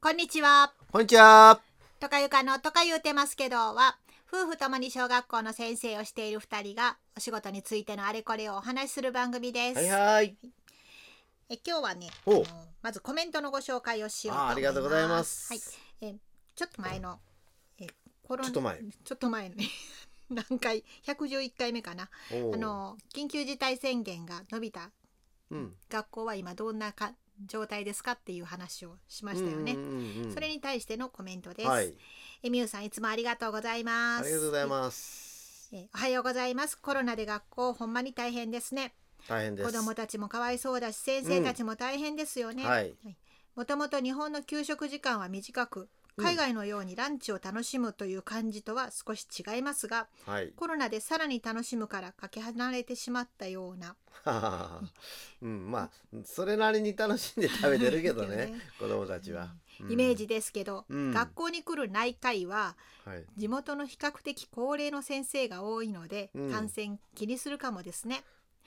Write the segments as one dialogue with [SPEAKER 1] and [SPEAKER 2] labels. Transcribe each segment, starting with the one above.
[SPEAKER 1] こんにちは。
[SPEAKER 2] こんにちは。
[SPEAKER 1] とかゆかのとか言うてますけどは、夫婦ともに小学校の先生をしている二人が、お仕事についてのあれこれをお話しする番組です。
[SPEAKER 2] はいはい。
[SPEAKER 1] え今日はね、あ
[SPEAKER 2] お
[SPEAKER 1] のまずコメントのご紹介をしようと
[SPEAKER 2] あ
[SPEAKER 1] 思います。
[SPEAKER 2] ありがとうございます。
[SPEAKER 1] はい、ちょっと前の、えコロナ
[SPEAKER 2] ちょっと前
[SPEAKER 1] ちょっと前ね。 何回111回目かな
[SPEAKER 2] おー
[SPEAKER 1] あ、の緊急事態宣言が伸びた
[SPEAKER 2] うん、
[SPEAKER 1] 学校は今どんなか状態ですかっていう話をしましたよね
[SPEAKER 2] うん、うんうん
[SPEAKER 1] それに対してのコメントです、
[SPEAKER 2] はい。
[SPEAKER 1] えみゆさんいつもありがとうございます
[SPEAKER 2] ありがとうございます。
[SPEAKER 1] えおはようございますコロナで学校ほんまに大変ですね
[SPEAKER 2] 大変です。
[SPEAKER 1] 子どもたちもかわいそうだし先生たちも大変ですよね、
[SPEAKER 2] はい。
[SPEAKER 1] もともと日本の給食時間は短く
[SPEAKER 2] うん
[SPEAKER 1] 海外のようにランチを楽しむという感じとは少し違いますが、
[SPEAKER 2] はい。
[SPEAKER 1] コロナでさらに楽しむからかけ離れてしまったような
[SPEAKER 2] ははははうん、まあそれなりに楽しんで食べてるけど
[SPEAKER 1] だよ
[SPEAKER 2] ね、子供たちは。うん
[SPEAKER 1] イメージ。ですけど、
[SPEAKER 2] うん
[SPEAKER 1] 学校に来る内科医は
[SPEAKER 2] はい。
[SPEAKER 1] 地元の比較的高齢の先生が多いので、
[SPEAKER 2] うん
[SPEAKER 1] 感染気にするかもですね、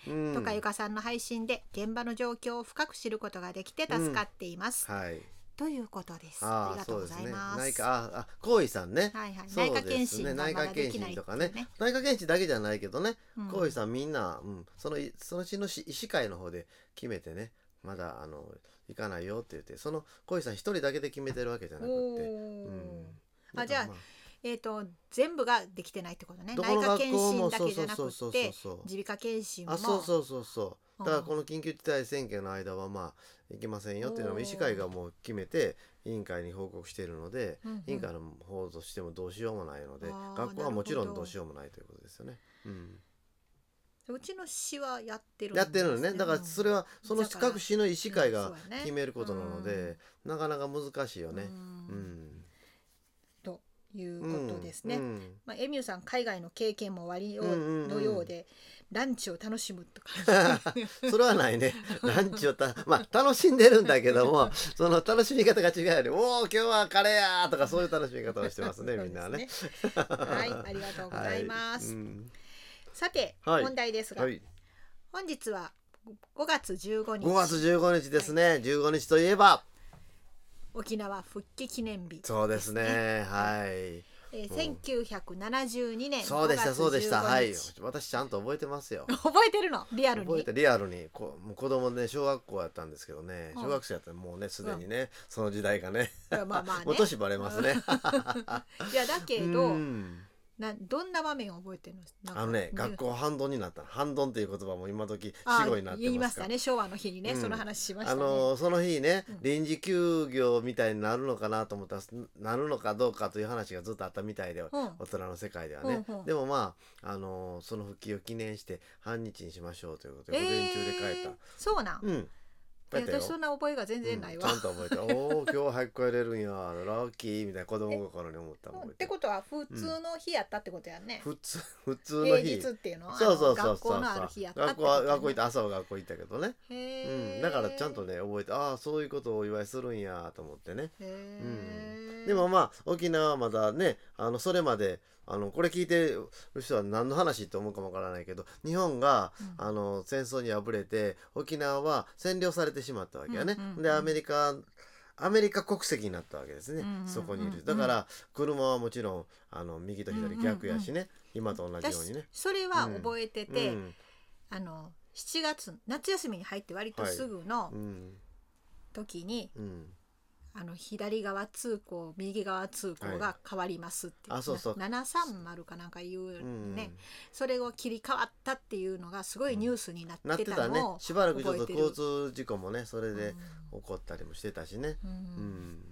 [SPEAKER 2] うん
[SPEAKER 1] とかゆかさんの配信で現場の状況を深く知ることができて助かっています、
[SPEAKER 2] はい。
[SPEAKER 1] ということですあり
[SPEAKER 2] ああ、
[SPEAKER 1] がと
[SPEAKER 2] そうう
[SPEAKER 1] ご
[SPEAKER 2] です
[SPEAKER 1] ざい
[SPEAKER 2] ね。
[SPEAKER 1] ます
[SPEAKER 2] 内科、あ、あ、行為さんね。
[SPEAKER 1] はいはい、
[SPEAKER 2] そう
[SPEAKER 1] 内科
[SPEAKER 2] で
[SPEAKER 1] 検
[SPEAKER 2] すね
[SPEAKER 1] 診がま
[SPEAKER 2] 内科
[SPEAKER 1] だでき
[SPEAKER 2] 検
[SPEAKER 1] ない
[SPEAKER 2] 診
[SPEAKER 1] と
[SPEAKER 2] と
[SPEAKER 1] か
[SPEAKER 2] か
[SPEAKER 1] ね
[SPEAKER 2] ね。内科検診だけじゃないけどね、
[SPEAKER 1] うん
[SPEAKER 2] 行為さんみんな、うん、そのそのうちのし医師会の方で決めてねまだあの行かないよって言ってその行為さん一人だけで決めてるわけじゃなく
[SPEAKER 1] お
[SPEAKER 2] って、
[SPEAKER 1] ー
[SPEAKER 2] うん
[SPEAKER 1] あじゃあ
[SPEAKER 2] ま
[SPEAKER 1] えっ、と全部ができてないってことね
[SPEAKER 2] ど
[SPEAKER 1] 内
[SPEAKER 2] この
[SPEAKER 1] 科
[SPEAKER 2] 学
[SPEAKER 1] 検
[SPEAKER 2] 校
[SPEAKER 1] 診
[SPEAKER 2] も
[SPEAKER 1] だ
[SPEAKER 2] そう
[SPEAKER 1] けじ
[SPEAKER 2] そ
[SPEAKER 1] ゃ
[SPEAKER 2] う
[SPEAKER 1] な
[SPEAKER 2] そ
[SPEAKER 1] く
[SPEAKER 2] うそう
[SPEAKER 1] て
[SPEAKER 2] そう
[SPEAKER 1] 耳鼻科検診も
[SPEAKER 2] あそうそうそうそうだから
[SPEAKER 1] うん
[SPEAKER 2] この緊急事態宣言の間はまあ行けませんよっていうの
[SPEAKER 1] お
[SPEAKER 2] も
[SPEAKER 1] ー
[SPEAKER 2] 医師会がもう決めて委員会に報告しているので、
[SPEAKER 1] うんうん
[SPEAKER 2] 委員会の方としてもどうしようもないので
[SPEAKER 1] あー
[SPEAKER 2] 学校はもちろ
[SPEAKER 1] なる
[SPEAKER 2] ん
[SPEAKER 1] ほど
[SPEAKER 2] どうしようもないということですよね。うん
[SPEAKER 1] うちの市はやってるん
[SPEAKER 2] やってるのねだからそれはその
[SPEAKER 1] だから
[SPEAKER 2] 各市の医師会
[SPEAKER 1] う
[SPEAKER 2] が
[SPEAKER 1] んそうやね
[SPEAKER 2] 決めることなので、なかなか難しいよ
[SPEAKER 1] う
[SPEAKER 2] ね。
[SPEAKER 1] ん
[SPEAKER 2] うん、
[SPEAKER 1] ということですね、
[SPEAKER 2] うん
[SPEAKER 1] まあ、エミューさん海外の経験も割りよ
[SPEAKER 2] うんうんう
[SPEAKER 1] うんのようで、ランチを楽しむとか
[SPEAKER 2] それはな いねランチをた、まあ、楽しんでるんだけどもその楽しみ方が違うよね「おお今日はカレーや!」とかそういう楽しみ方をしてますね
[SPEAKER 1] そう
[SPEAKER 2] み
[SPEAKER 1] です
[SPEAKER 2] んなはね。
[SPEAKER 1] はいありがとうございます、
[SPEAKER 2] はいうん
[SPEAKER 1] さて、
[SPEAKER 2] はい
[SPEAKER 1] 問題ですが、
[SPEAKER 2] はい、
[SPEAKER 1] 本日は5月15日
[SPEAKER 2] 5月15日ですね15日といえば
[SPEAKER 1] 沖縄復帰記念日、
[SPEAKER 2] そうですねはい。
[SPEAKER 1] えー、1972年5月15日
[SPEAKER 2] そうでしたそうでしたはい私ちゃんと覚えてますよ。
[SPEAKER 1] 覚えてるのリアルに
[SPEAKER 2] 覚えてリアルにこもう子供ね小学校やったんですけどね
[SPEAKER 1] うん
[SPEAKER 2] 小学生やったらもうねすでにね、その時代がね
[SPEAKER 1] いやまあまあね
[SPEAKER 2] もう年バレますね。
[SPEAKER 1] いやだけど、
[SPEAKER 2] うん
[SPEAKER 1] などんな場面を覚えてるのなんか
[SPEAKER 2] あのね学校半ドンになった半ドンっていう言葉も今時
[SPEAKER 1] あ
[SPEAKER 2] 死語になって
[SPEAKER 1] 言いま
[SPEAKER 2] ま
[SPEAKER 1] し
[SPEAKER 2] す
[SPEAKER 1] た
[SPEAKER 2] から。
[SPEAKER 1] ね昭和の日にね、
[SPEAKER 2] うん
[SPEAKER 1] その話しました
[SPEAKER 2] あ
[SPEAKER 1] ね、
[SPEAKER 2] のその日ね、
[SPEAKER 1] うん
[SPEAKER 2] 臨時休業みたいになるのかなと思ったらなるのかどうかという話がずっとあったみたいで、
[SPEAKER 1] うん
[SPEAKER 2] 大人の世界ではね、
[SPEAKER 1] うんうん
[SPEAKER 2] でもまあ、あのその復帰を記念して半日にしましょうということで午前中で帰った、
[SPEAKER 1] えーそうなん、
[SPEAKER 2] うん帰
[SPEAKER 1] え
[SPEAKER 2] ったよ
[SPEAKER 1] 私そんな覚えが全然ないわ、
[SPEAKER 2] うんちゃんと覚えて おお今日早く帰れるんやラッキーみたいな子供心に思った
[SPEAKER 1] うんっ
[SPEAKER 2] 覚え
[SPEAKER 1] て
[SPEAKER 2] て
[SPEAKER 1] ことは普通の日やったってことやね、
[SPEAKER 2] 普 通普通の
[SPEAKER 1] 平
[SPEAKER 2] 日
[SPEAKER 1] 日っていうのは
[SPEAKER 2] そうそうそうそう
[SPEAKER 1] 学校のある日やったってこと
[SPEAKER 2] 学校は
[SPEAKER 1] ね
[SPEAKER 2] 学校行って朝は学校行ったけどね、
[SPEAKER 1] へ
[SPEAKER 2] う
[SPEAKER 1] ー
[SPEAKER 2] ん、だからちゃんとね覚えてああそういうことをお祝いするんやと思ってね
[SPEAKER 1] へー
[SPEAKER 2] でもまあ沖縄はまだねあのそれまであのこれ聞いてる人は何の話って思うかもわからないけど日本が、
[SPEAKER 1] うん
[SPEAKER 2] あの戦争に敗れて沖縄は占領されてしまったわけやね。
[SPEAKER 1] うんうんうん
[SPEAKER 2] でアメリカアメリカ国籍になったわけですね、
[SPEAKER 1] うんうんうんうん
[SPEAKER 2] そこにいるだから車はもちろんあの右と左逆やしね、今と同じようにね
[SPEAKER 1] 私。それは覚えてて、
[SPEAKER 2] うん
[SPEAKER 1] あの7月夏休みに入って割とすぐの
[SPEAKER 2] うん
[SPEAKER 1] 時に、
[SPEAKER 2] うん、
[SPEAKER 1] あの左側通行右側通行が変わりますっていう、
[SPEAKER 2] はいあそうそう
[SPEAKER 1] な730かなんかいうね、
[SPEAKER 2] うん
[SPEAKER 1] それを切り替わったっていうのがすごいニュースにな
[SPEAKER 2] なっ
[SPEAKER 1] って
[SPEAKER 2] てた
[SPEAKER 1] た
[SPEAKER 2] ね
[SPEAKER 1] のを
[SPEAKER 2] しばらくちょっと
[SPEAKER 1] 覚えてる
[SPEAKER 2] 交通事故もねそれで
[SPEAKER 1] う
[SPEAKER 2] 起こったりもしてたしね。
[SPEAKER 1] ん
[SPEAKER 2] うん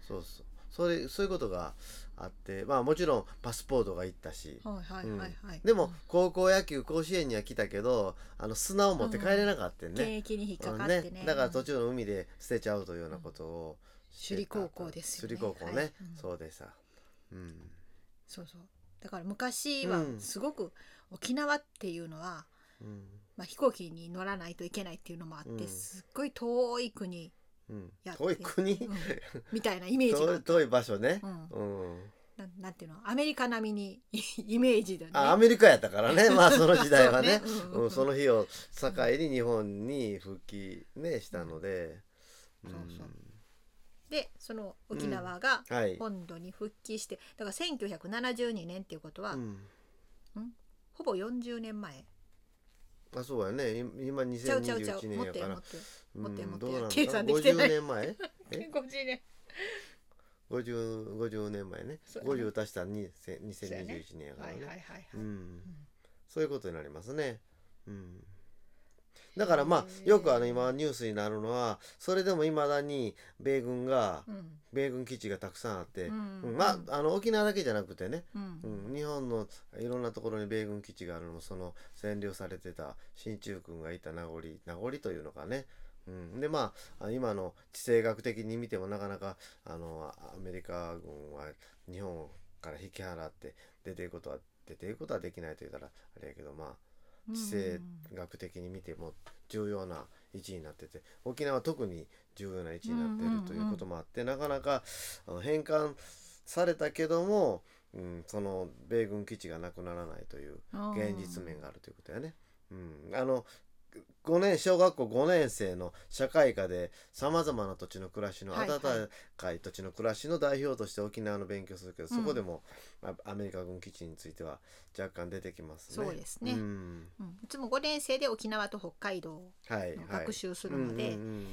[SPEAKER 2] そうそうそれそういうことがあってまあもちろんパスポートがいったし、
[SPEAKER 1] はいはいはいはい、
[SPEAKER 2] でも高校野球甲子園には来たけどあの砂を持って帰れなかったよ
[SPEAKER 1] 現
[SPEAKER 2] ね,
[SPEAKER 1] 役に引っ
[SPEAKER 2] あ
[SPEAKER 1] か
[SPEAKER 2] の
[SPEAKER 1] か
[SPEAKER 2] ね、
[SPEAKER 1] ってね,、
[SPEAKER 2] だから途中の海で捨てちゃうというようなことをして
[SPEAKER 1] 首里
[SPEAKER 2] た、
[SPEAKER 1] 高校ですよね
[SPEAKER 2] 首里高校ね、
[SPEAKER 1] はいうん
[SPEAKER 2] そうでした、うん、
[SPEAKER 1] そうそうだから昔は
[SPEAKER 2] うん
[SPEAKER 1] すごく沖縄っていうのは、
[SPEAKER 2] うん
[SPEAKER 1] まあ、飛行機に乗らないといけないっていうのもあって、
[SPEAKER 2] うん
[SPEAKER 1] すっごい遠い国、
[SPEAKER 2] うん
[SPEAKER 1] やっ、て
[SPEAKER 2] 遠い国、
[SPEAKER 1] うんみたいなイメージがあ
[SPEAKER 2] 遠
[SPEAKER 1] っ
[SPEAKER 2] い
[SPEAKER 1] て
[SPEAKER 2] 遠い場所ね、
[SPEAKER 1] うん
[SPEAKER 2] うん
[SPEAKER 1] ななんていうのアメリカ並みに イメージだね。
[SPEAKER 2] あアメリカやったから ねまあその時代はね
[SPEAKER 1] そうねうんうん
[SPEAKER 2] うん、その日を境に日本に復帰ねしたので、
[SPEAKER 1] うんそうそうでその沖縄が
[SPEAKER 2] はい。
[SPEAKER 1] 本土に復帰して、だから1972年っていうことは、
[SPEAKER 2] うん
[SPEAKER 1] ほぼ40年前
[SPEAKER 2] あそうやね。い今2021
[SPEAKER 1] ちゃうちゃうちゃう
[SPEAKER 2] 年
[SPEAKER 1] 持っ
[SPEAKER 2] や
[SPEAKER 1] て
[SPEAKER 2] か
[SPEAKER 1] 持っ
[SPEAKER 2] ら。
[SPEAKER 1] て
[SPEAKER 2] う
[SPEAKER 1] 持って
[SPEAKER 2] ん
[SPEAKER 1] 持って
[SPEAKER 2] どうなの
[SPEAKER 1] 計算できてない
[SPEAKER 2] 50年前？ え
[SPEAKER 1] 50年
[SPEAKER 2] 50 50年前ね。
[SPEAKER 1] そうやね
[SPEAKER 2] 50足したらにせ
[SPEAKER 1] うやね
[SPEAKER 2] 2021年やか
[SPEAKER 1] は
[SPEAKER 2] ら
[SPEAKER 1] いはいはいは
[SPEAKER 2] ね。
[SPEAKER 1] い、
[SPEAKER 2] うん
[SPEAKER 1] ん。
[SPEAKER 2] そういうことになりますね。うん。だからま
[SPEAKER 1] へ
[SPEAKER 2] あ
[SPEAKER 1] ー
[SPEAKER 2] よくあの今ニュースになるのはそれでもいまだに米軍が
[SPEAKER 1] うん
[SPEAKER 2] 米軍基地がたくさんあって、
[SPEAKER 1] うん
[SPEAKER 2] うんまああの沖縄だけじゃなくてね、
[SPEAKER 1] うん
[SPEAKER 2] うん、日本のいろんなところに米軍基地があるのもその占領されてた進駐軍がいた名残名残というのかね、うん、でまああ今の地政学的に見てもなかなかあのあアメリカ軍は日本から引き払って出ていくことは出ていくことはできないと言ったらあれやけどまあ地政学的に見ても重要な位置になってて沖縄は特に重要な位置になってい
[SPEAKER 1] うんうんう
[SPEAKER 2] る
[SPEAKER 1] ん
[SPEAKER 2] ということもあって、なかなかあの返還されたけども、うん、その米軍基地がなくならないという
[SPEAKER 1] うん
[SPEAKER 2] 現実面があるということやね。うん、あの5年小学校5年生の社会科でさまざまな土地の暮らしの
[SPEAKER 1] はいはい
[SPEAKER 2] 温かい土地の暮らしの代表として沖縄の勉強するけど、そこでも、まあアメリカ軍基地については若干出てきますね。
[SPEAKER 1] そうですね
[SPEAKER 2] うん
[SPEAKER 1] うんいつも5年生で沖縄と北海道を
[SPEAKER 2] はいはい、
[SPEAKER 1] 学習するので、
[SPEAKER 2] うんうんうん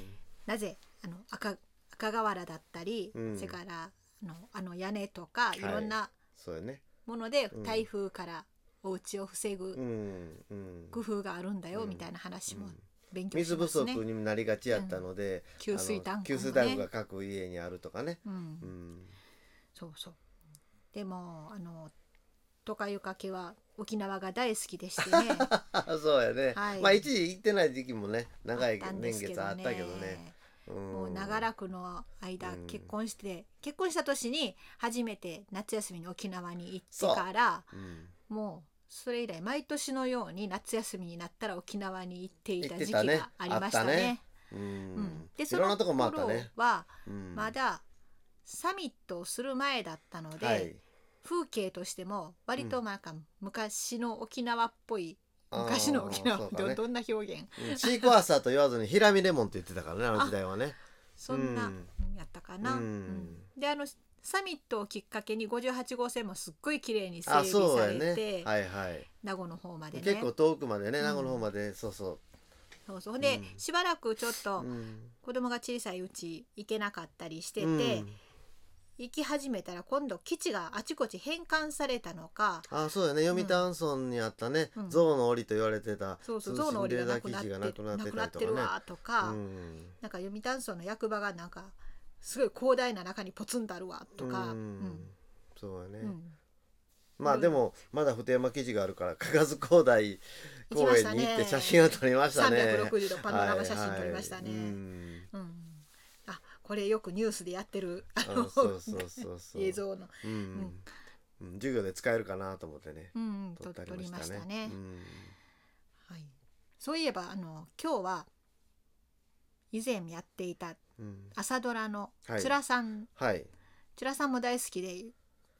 [SPEAKER 1] なぜあの赤赤瓦だったり、
[SPEAKER 2] うん
[SPEAKER 1] それからあのあの屋根とか
[SPEAKER 2] い
[SPEAKER 1] いろんな
[SPEAKER 2] そうやね。
[SPEAKER 1] もので
[SPEAKER 2] うん
[SPEAKER 1] 台風からお家を防
[SPEAKER 2] う
[SPEAKER 1] ぐ
[SPEAKER 2] んうん、
[SPEAKER 1] 工夫があるんだよ、
[SPEAKER 2] うん
[SPEAKER 1] みたいな話
[SPEAKER 2] う
[SPEAKER 1] も
[SPEAKER 2] ん
[SPEAKER 1] 勉強し
[SPEAKER 2] 水不
[SPEAKER 1] ます
[SPEAKER 2] 足
[SPEAKER 1] ね。
[SPEAKER 2] になりがちやったので、
[SPEAKER 1] 給水タンク
[SPEAKER 2] あの給水
[SPEAKER 1] も
[SPEAKER 2] タンク
[SPEAKER 1] ね
[SPEAKER 2] が。各家にあるとかね。
[SPEAKER 1] う、
[SPEAKER 2] うんん、
[SPEAKER 1] そうそう。でもあのトカユカケは沖縄が大好きでしてね。
[SPEAKER 2] そうやね、
[SPEAKER 1] はい
[SPEAKER 2] まあ一時行ってない時期もね長い
[SPEAKER 1] あったんで
[SPEAKER 2] 年
[SPEAKER 1] すけど
[SPEAKER 2] 月あったけどね。ん
[SPEAKER 1] もう長らくの間
[SPEAKER 2] うん
[SPEAKER 1] 結婚して、結婚した年に初めて夏休みに沖縄に行
[SPEAKER 2] そう
[SPEAKER 1] ってから
[SPEAKER 2] うん
[SPEAKER 1] もうそれ以来毎年のように夏休みになったら沖縄に行っていた
[SPEAKER 2] 行って
[SPEAKER 1] 時期
[SPEAKER 2] たね
[SPEAKER 1] がありましたね。
[SPEAKER 2] あったねうん
[SPEAKER 1] うん、で
[SPEAKER 2] い
[SPEAKER 1] そ
[SPEAKER 2] ろん
[SPEAKER 1] の
[SPEAKER 2] なとこ
[SPEAKER 1] 頃
[SPEAKER 2] もあったね。
[SPEAKER 1] は
[SPEAKER 2] うん
[SPEAKER 1] まだサミットをする前だったので、
[SPEAKER 2] はい、
[SPEAKER 1] 風景としても割となんか昔の沖縄っぽい、
[SPEAKER 2] あー
[SPEAKER 1] 昔の沖縄
[SPEAKER 2] そ
[SPEAKER 1] っ
[SPEAKER 2] うだ
[SPEAKER 1] て
[SPEAKER 2] ね
[SPEAKER 1] どんな表現
[SPEAKER 2] うんシークワーサーと言わずにヒラミレモンって言ってたからねあの時代はね。
[SPEAKER 1] そん
[SPEAKER 2] う
[SPEAKER 1] なんやったかな。
[SPEAKER 2] うん
[SPEAKER 1] うんであのサミットをきっかけに58号線もすっごい綺麗に整備
[SPEAKER 2] あそう
[SPEAKER 1] され
[SPEAKER 2] やね
[SPEAKER 1] て、。
[SPEAKER 2] はいはい。
[SPEAKER 1] 名護の方までね。
[SPEAKER 2] 結構遠くまでね
[SPEAKER 1] うん
[SPEAKER 2] 名護の方まで、そうそ
[SPEAKER 1] そうそうで、
[SPEAKER 2] うん
[SPEAKER 1] しばらくちょっ
[SPEAKER 2] う。
[SPEAKER 1] と
[SPEAKER 2] うん
[SPEAKER 1] 子供が小さいうち行けなかったりしてて、
[SPEAKER 2] うん
[SPEAKER 1] 行き始めたら今度基地があちこち返還されたのか
[SPEAKER 2] あそうやね読谷村にあったね、
[SPEAKER 1] うん
[SPEAKER 2] 象の檻と言われてた
[SPEAKER 1] そうそう象の檻がなくなって
[SPEAKER 2] 通信レーダー基地がなくなってたりとかね
[SPEAKER 1] るわとか、
[SPEAKER 2] うん
[SPEAKER 1] なんか読谷村の役場がなんかすごい広大な中にポツンとあるわとか、
[SPEAKER 2] う
[SPEAKER 1] うんん
[SPEAKER 2] そうやね、
[SPEAKER 1] うん
[SPEAKER 2] まあでもまだ普山記事があるから加賀津高台公園に行って写真を撮りましたね
[SPEAKER 1] 360度パノラマ写真撮りましたね。
[SPEAKER 2] はいはいうん
[SPEAKER 1] うんあこれよくニュースでやってる あの
[SPEAKER 2] あそうそうそうそう
[SPEAKER 1] 映像の、
[SPEAKER 2] うんうん授業で使えるかなと思ってね
[SPEAKER 1] うん、撮
[SPEAKER 2] 撮ってあ
[SPEAKER 1] 撮り
[SPEAKER 2] りま
[SPEAKER 1] ま
[SPEAKER 2] し
[SPEAKER 1] したた
[SPEAKER 2] ね
[SPEAKER 1] ね。はい、そういえばあの今日は以前やっていた
[SPEAKER 2] うんうん
[SPEAKER 1] 朝ドラの
[SPEAKER 2] はい
[SPEAKER 1] つらさん、
[SPEAKER 2] はい
[SPEAKER 1] ちゅらさんも大好きで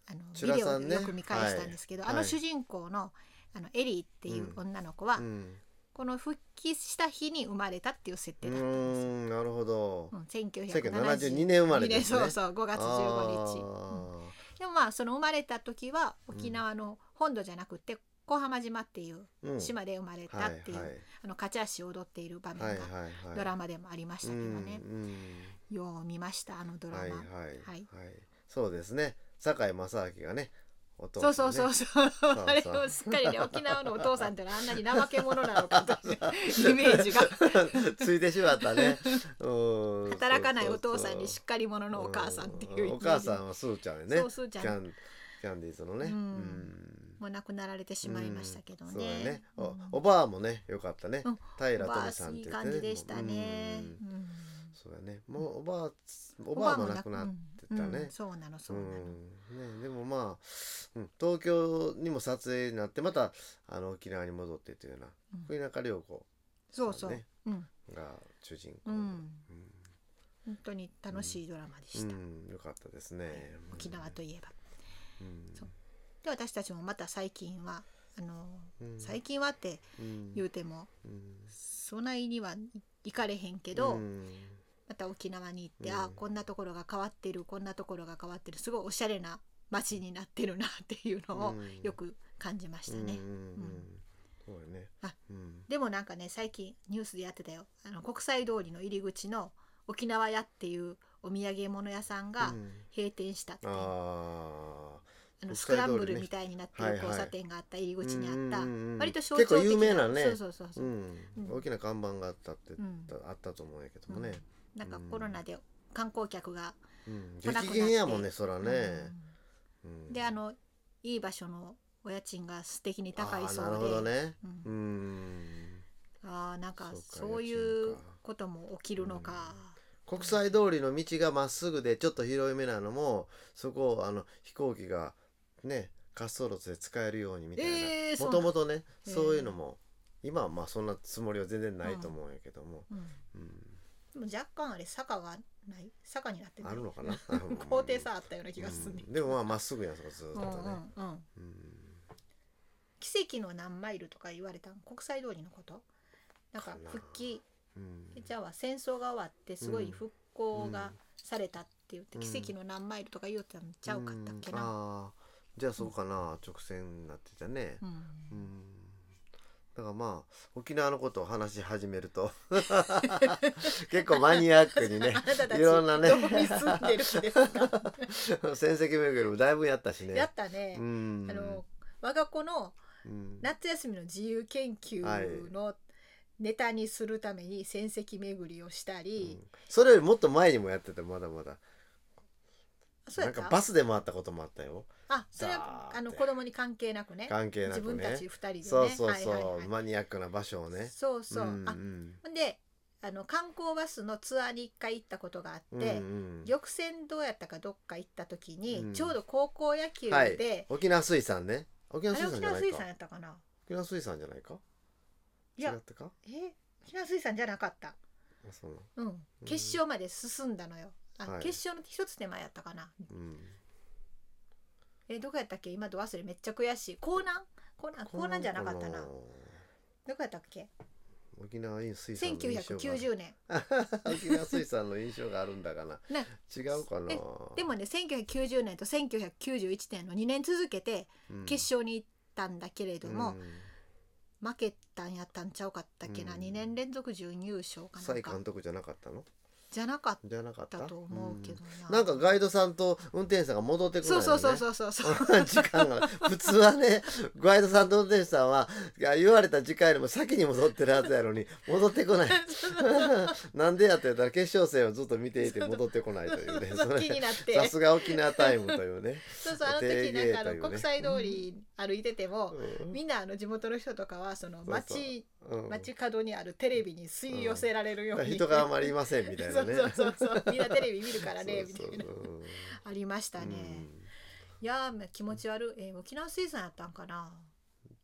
[SPEAKER 1] あの
[SPEAKER 2] ちゅ
[SPEAKER 1] ビ
[SPEAKER 2] ら
[SPEAKER 1] デ
[SPEAKER 2] さ
[SPEAKER 1] オ
[SPEAKER 2] ん
[SPEAKER 1] で
[SPEAKER 2] ね
[SPEAKER 1] よく見返したんですけど、
[SPEAKER 2] はい
[SPEAKER 1] あの
[SPEAKER 2] はい
[SPEAKER 1] 主人公のあのエリーっていう女の子は、
[SPEAKER 2] うん
[SPEAKER 1] この復帰した日に生まれたっていう設
[SPEAKER 2] う
[SPEAKER 1] 定だったんですよ。
[SPEAKER 2] んなるほど、
[SPEAKER 1] うん、
[SPEAKER 2] 1972
[SPEAKER 1] 1972
[SPEAKER 2] 年生まれですね
[SPEAKER 1] そうそう5月15日、うん
[SPEAKER 2] あ
[SPEAKER 1] でもまあその生まれた時は沖縄の本土じゃなくて小浜島っていう
[SPEAKER 2] ーうん
[SPEAKER 1] 島で生まれたっていう、あのカチャシを踊っている場面
[SPEAKER 2] はいはい
[SPEAKER 1] が
[SPEAKER 2] はいはい
[SPEAKER 1] ドラマでもありましたけどね、
[SPEAKER 2] うんうん
[SPEAKER 1] よう見ましたあのドラマ、
[SPEAKER 2] はいはい
[SPEAKER 1] は
[SPEAKER 2] はいいそうですね堺正明がねお父
[SPEAKER 1] そう
[SPEAKER 2] さん
[SPEAKER 1] そう
[SPEAKER 2] ね
[SPEAKER 1] そうそう
[SPEAKER 2] う
[SPEAKER 1] あれをすっかりね沖縄のお父さんってのはあんなに怠け者なのかと いうイメージが
[SPEAKER 2] ついてしまったねうん
[SPEAKER 1] 働かないお父さんに
[SPEAKER 2] そ
[SPEAKER 1] し
[SPEAKER 2] う
[SPEAKER 1] っかり者
[SPEAKER 2] そうそう
[SPEAKER 1] のお母さんっていうイメー
[SPEAKER 2] ん
[SPEAKER 1] ジ
[SPEAKER 2] お母さんはすーちゃんよね
[SPEAKER 1] そうすーちゃん
[SPEAKER 2] キャンキャンディーズのね
[SPEAKER 1] うん
[SPEAKER 2] うん
[SPEAKER 1] もう亡くなられてしまいましたけどね,
[SPEAKER 2] そうやね
[SPEAKER 1] うん、
[SPEAKER 2] おおばあもね良かったね
[SPEAKER 1] うん
[SPEAKER 2] 平
[SPEAKER 1] おばあ
[SPEAKER 2] 留さんっ
[SPEAKER 1] いい
[SPEAKER 2] て
[SPEAKER 1] 感じでしたね
[SPEAKER 2] う。ん
[SPEAKER 1] うん
[SPEAKER 2] そうだね。もうおばあ、おばあも亡くなってた
[SPEAKER 1] うんう
[SPEAKER 2] ね
[SPEAKER 1] ん。そうなの
[SPEAKER 2] う
[SPEAKER 1] そうなの。
[SPEAKER 2] ん、ね、でもまあ、うん、東京にも撮影になってまたあの沖縄に戻ってというような
[SPEAKER 1] うん
[SPEAKER 2] 福井中涼子
[SPEAKER 1] そうそう。
[SPEAKER 2] ね
[SPEAKER 1] うん
[SPEAKER 2] が主人公
[SPEAKER 1] う
[SPEAKER 2] で、
[SPEAKER 1] ん本当に楽しいドラマで
[SPEAKER 2] う
[SPEAKER 1] した。
[SPEAKER 2] んうんよかったですね。
[SPEAKER 1] 沖縄といえば。
[SPEAKER 2] うん
[SPEAKER 1] そうで私たちもまた最近はあの
[SPEAKER 2] うん
[SPEAKER 1] 最近はって
[SPEAKER 2] うん
[SPEAKER 1] 言うても
[SPEAKER 2] うん
[SPEAKER 1] そないには行かれへんけど、
[SPEAKER 2] うん
[SPEAKER 1] また沖縄に行って、
[SPEAKER 2] うん
[SPEAKER 1] ああこんなところが変わってるこんなところが変わってるすごいおしゃれな街になってるなっていうのを
[SPEAKER 2] うん
[SPEAKER 1] よく感じましたね。
[SPEAKER 2] うんうんうん、そうよね
[SPEAKER 1] あ
[SPEAKER 2] うん
[SPEAKER 1] でもなんかね最近ニュースでやってたよあの国際通りの入り口の沖縄屋っていうお土産物屋さんが
[SPEAKER 2] うん
[SPEAKER 1] 閉店したっていう、あ
[SPEAKER 2] あ
[SPEAKER 1] の
[SPEAKER 2] 国際通りね
[SPEAKER 1] スクランブルみたいになって
[SPEAKER 2] はい
[SPEAKER 1] る
[SPEAKER 2] はい
[SPEAKER 1] 交差点があった入り
[SPEAKER 2] ー
[SPEAKER 1] 口にあ
[SPEAKER 2] うんうん
[SPEAKER 1] った、
[SPEAKER 2] うんうん
[SPEAKER 1] 割と象徴
[SPEAKER 2] 結
[SPEAKER 1] 的な
[SPEAKER 2] 構有名なね
[SPEAKER 1] そうそうそうそうう、
[SPEAKER 2] ん、
[SPEAKER 1] うん
[SPEAKER 2] 大きな看板があったって、
[SPEAKER 1] うん
[SPEAKER 2] あったと思うんやけどもね、
[SPEAKER 1] うんなんかコロナで観光客が、
[SPEAKER 2] うん、
[SPEAKER 1] 来なくなって
[SPEAKER 2] 激減やもんねそらね、
[SPEAKER 1] うんであのいい場所のお家賃が素敵に高いそう
[SPEAKER 2] あ
[SPEAKER 1] で
[SPEAKER 2] ーなるほどね
[SPEAKER 1] うん
[SPEAKER 2] うん
[SPEAKER 1] あーなんか
[SPEAKER 2] そうか
[SPEAKER 1] そうい
[SPEAKER 2] 家
[SPEAKER 1] う
[SPEAKER 2] 賃か
[SPEAKER 1] ことも起きるのか、
[SPEAKER 2] 国際通りの道がまっすぐでちょっと広い目なのもそこをあの飛行機がね滑走路で使えるようにみたいな
[SPEAKER 1] えーそう
[SPEAKER 2] も
[SPEAKER 1] な
[SPEAKER 2] ともとね
[SPEAKER 1] へー
[SPEAKER 2] そういうのも今はまあそんなつもりは全然ないと思うんやけども、
[SPEAKER 1] うん
[SPEAKER 2] うん
[SPEAKER 1] でも若干あれ坂がない坂になって
[SPEAKER 2] あるのかな
[SPEAKER 1] 高低差あったような気がするね、
[SPEAKER 2] うんでもまあまっすぐやんそこずーっ
[SPEAKER 1] う
[SPEAKER 2] と
[SPEAKER 1] んうん
[SPEAKER 2] ね、
[SPEAKER 1] うん
[SPEAKER 2] うん
[SPEAKER 1] 奇跡の何マイルとか言われたん国際通りのことなんか
[SPEAKER 2] かな
[SPEAKER 1] 復帰
[SPEAKER 2] うん
[SPEAKER 1] じゃあは戦争が終わってすごい復興がされたって言って、
[SPEAKER 2] うん
[SPEAKER 1] 奇跡の何マイルとか言うたんちゃうかったっけ
[SPEAKER 2] うん
[SPEAKER 1] な、
[SPEAKER 2] あーじゃあそうかな、直線になってたね
[SPEAKER 1] うん
[SPEAKER 2] うん、だからまあ沖縄のことを話し始め ると結構マニアックにね
[SPEAKER 1] あなたたち
[SPEAKER 2] いろんなね
[SPEAKER 1] どこに住んでるんですか
[SPEAKER 2] 戦績巡りもだいぶやったし ね
[SPEAKER 1] やったね
[SPEAKER 2] う、ん
[SPEAKER 1] あの我が子の
[SPEAKER 2] うん
[SPEAKER 1] 夏休みの自由研究のネタにするために戦績巡りをした
[SPEAKER 2] う
[SPEAKER 1] り、
[SPEAKER 2] んそれよりもっと前にもやってたまだまだ
[SPEAKER 1] そう
[SPEAKER 2] な
[SPEAKER 1] や
[SPEAKER 2] ん
[SPEAKER 1] った
[SPEAKER 2] かバスで回ったこともあったよ
[SPEAKER 1] あそれは
[SPEAKER 2] ザーって
[SPEAKER 1] あの子供に関係なくね
[SPEAKER 2] 関係な
[SPEAKER 1] 自
[SPEAKER 2] く
[SPEAKER 1] 分
[SPEAKER 2] ね
[SPEAKER 1] たち二人でね
[SPEAKER 2] そうそうそう、
[SPEAKER 1] はいはいは
[SPEAKER 2] マニアックな場所を
[SPEAKER 1] い
[SPEAKER 2] ね
[SPEAKER 1] そうそう、
[SPEAKER 2] ん
[SPEAKER 1] あほんであの観光バスのツアーに一回行ったことがあ
[SPEAKER 2] う
[SPEAKER 1] っ
[SPEAKER 2] ん
[SPEAKER 1] て、
[SPEAKER 2] うん
[SPEAKER 1] 玉泉どうやったかどっか行った時に、
[SPEAKER 2] うん
[SPEAKER 1] ちょうど高校野球で、
[SPEAKER 2] はい沖縄水産ね沖
[SPEAKER 1] あ
[SPEAKER 2] 縄
[SPEAKER 1] れ
[SPEAKER 2] 水産
[SPEAKER 1] 沖
[SPEAKER 2] じゃ
[SPEAKER 1] 縄
[SPEAKER 2] ない
[SPEAKER 1] 水産や
[SPEAKER 2] か
[SPEAKER 1] ったかな
[SPEAKER 2] 沖縄水産じゃないか
[SPEAKER 1] い
[SPEAKER 2] 違
[SPEAKER 1] や
[SPEAKER 2] ったか
[SPEAKER 1] え沖縄水産じゃなかった
[SPEAKER 2] あそうなの
[SPEAKER 1] うん決勝まで進んだのよ、あ
[SPEAKER 2] はい
[SPEAKER 1] 決勝の一つ手前やったかな
[SPEAKER 2] うん
[SPEAKER 1] えどこやったっけ今度忘れめっちゃ悔しい江南江南江南じゃなかったな
[SPEAKER 2] こ
[SPEAKER 1] どこやったっけ
[SPEAKER 2] の沖縄水産の印象が
[SPEAKER 1] 1990年
[SPEAKER 2] 沖縄水産の印象があるんだかな
[SPEAKER 1] ね
[SPEAKER 2] 違うかな
[SPEAKER 1] えでもね1990年と1991年の2年続けて
[SPEAKER 2] うん
[SPEAKER 1] 決勝に行ったんだけれども、
[SPEAKER 2] うん
[SPEAKER 1] 負けたんやったんちゃうかったっけな、
[SPEAKER 2] うん
[SPEAKER 1] 2年連続準優勝かな
[SPEAKER 2] 蔡
[SPEAKER 1] んか
[SPEAKER 2] 監督じゃなかったの
[SPEAKER 1] じゃなかっ
[SPEAKER 2] じゃなかった
[SPEAKER 1] たと思うけどな、
[SPEAKER 2] うんなんかガイドさんと運転手さんが戻ってくる
[SPEAKER 1] そうそうそう
[SPEAKER 2] う
[SPEAKER 1] そうそう そう
[SPEAKER 2] 時間が普通はねガイドさんと運転手さんはいや言われた時間よりも先に戻ってるはずやのに戻ってこない なんでやってたら決勝戦をずっと見ていて戻ってこないという ねそ
[SPEAKER 1] 気に
[SPEAKER 2] れ
[SPEAKER 1] なって
[SPEAKER 2] さすが沖縄タイムというね、
[SPEAKER 1] そうそうあの時なんかあの国際通り歩いてても、
[SPEAKER 2] う ん
[SPEAKER 1] みんなあの地元の人とかはその
[SPEAKER 2] そう
[SPEAKER 1] 街
[SPEAKER 2] うん
[SPEAKER 1] 街角にあるテレビに吸い寄せられるように、
[SPEAKER 2] 人があまりいませんみたいなね
[SPEAKER 1] そうそうそうそうみんなテレビ見るからねみたいな
[SPEAKER 2] そうそう
[SPEAKER 1] ありました
[SPEAKER 2] う
[SPEAKER 1] ね
[SPEAKER 2] ん、
[SPEAKER 1] いやー気持ち悪い、えー沖縄水産やったんかなやっ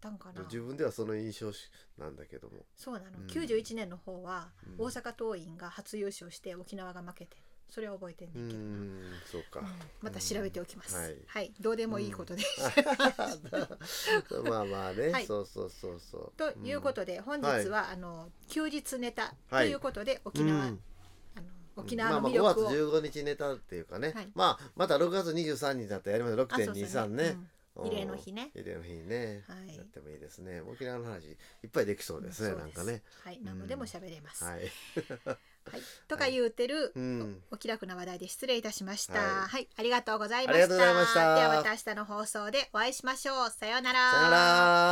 [SPEAKER 1] たんか
[SPEAKER 2] うん
[SPEAKER 1] な
[SPEAKER 2] 自分ではその印象しなんだけども
[SPEAKER 1] そうなの、
[SPEAKER 2] うん
[SPEAKER 1] 91年の方は
[SPEAKER 2] うん
[SPEAKER 1] 大阪桐蔭が初優勝して沖縄が負けてそれは覚えてん
[SPEAKER 2] う
[SPEAKER 1] ねんけどな、うん
[SPEAKER 2] んそうか、
[SPEAKER 1] また調べておきます、
[SPEAKER 2] うん
[SPEAKER 1] は
[SPEAKER 2] はいい、
[SPEAKER 1] どうでもいいことで、
[SPEAKER 2] まあまあね、
[SPEAKER 1] はい
[SPEAKER 2] そうそうそうそう。
[SPEAKER 1] ということで本日は、あの休日ネタということで沖
[SPEAKER 2] うん
[SPEAKER 1] 縄、
[SPEAKER 2] うん
[SPEAKER 1] あの沖縄の魅
[SPEAKER 2] まあ、まあ
[SPEAKER 1] 力
[SPEAKER 2] 5
[SPEAKER 1] を、
[SPEAKER 2] 月15日ネタっていうかね、
[SPEAKER 1] はい
[SPEAKER 2] まあまた6月23日だったらやりましょう
[SPEAKER 1] あそうそ
[SPEAKER 2] 6.23
[SPEAKER 1] う
[SPEAKER 2] ね
[SPEAKER 1] うん慰霊の日ね
[SPEAKER 2] うん慰霊の日ね、
[SPEAKER 1] はい
[SPEAKER 2] やってもいいですね沖縄の話いっぱいできそうですね、なんかね
[SPEAKER 1] はい何度でも喋れます、
[SPEAKER 2] はい
[SPEAKER 1] はい、とか言うてる、
[SPEAKER 2] うん
[SPEAKER 1] おお気楽な話題で失礼いたしました。は、
[SPEAKER 2] はいい
[SPEAKER 1] ありがとうございま
[SPEAKER 2] ありがとうございま
[SPEAKER 1] し
[SPEAKER 2] したた
[SPEAKER 1] ではまた明日の放送でお会いしましょう。さようなら。
[SPEAKER 2] さよなら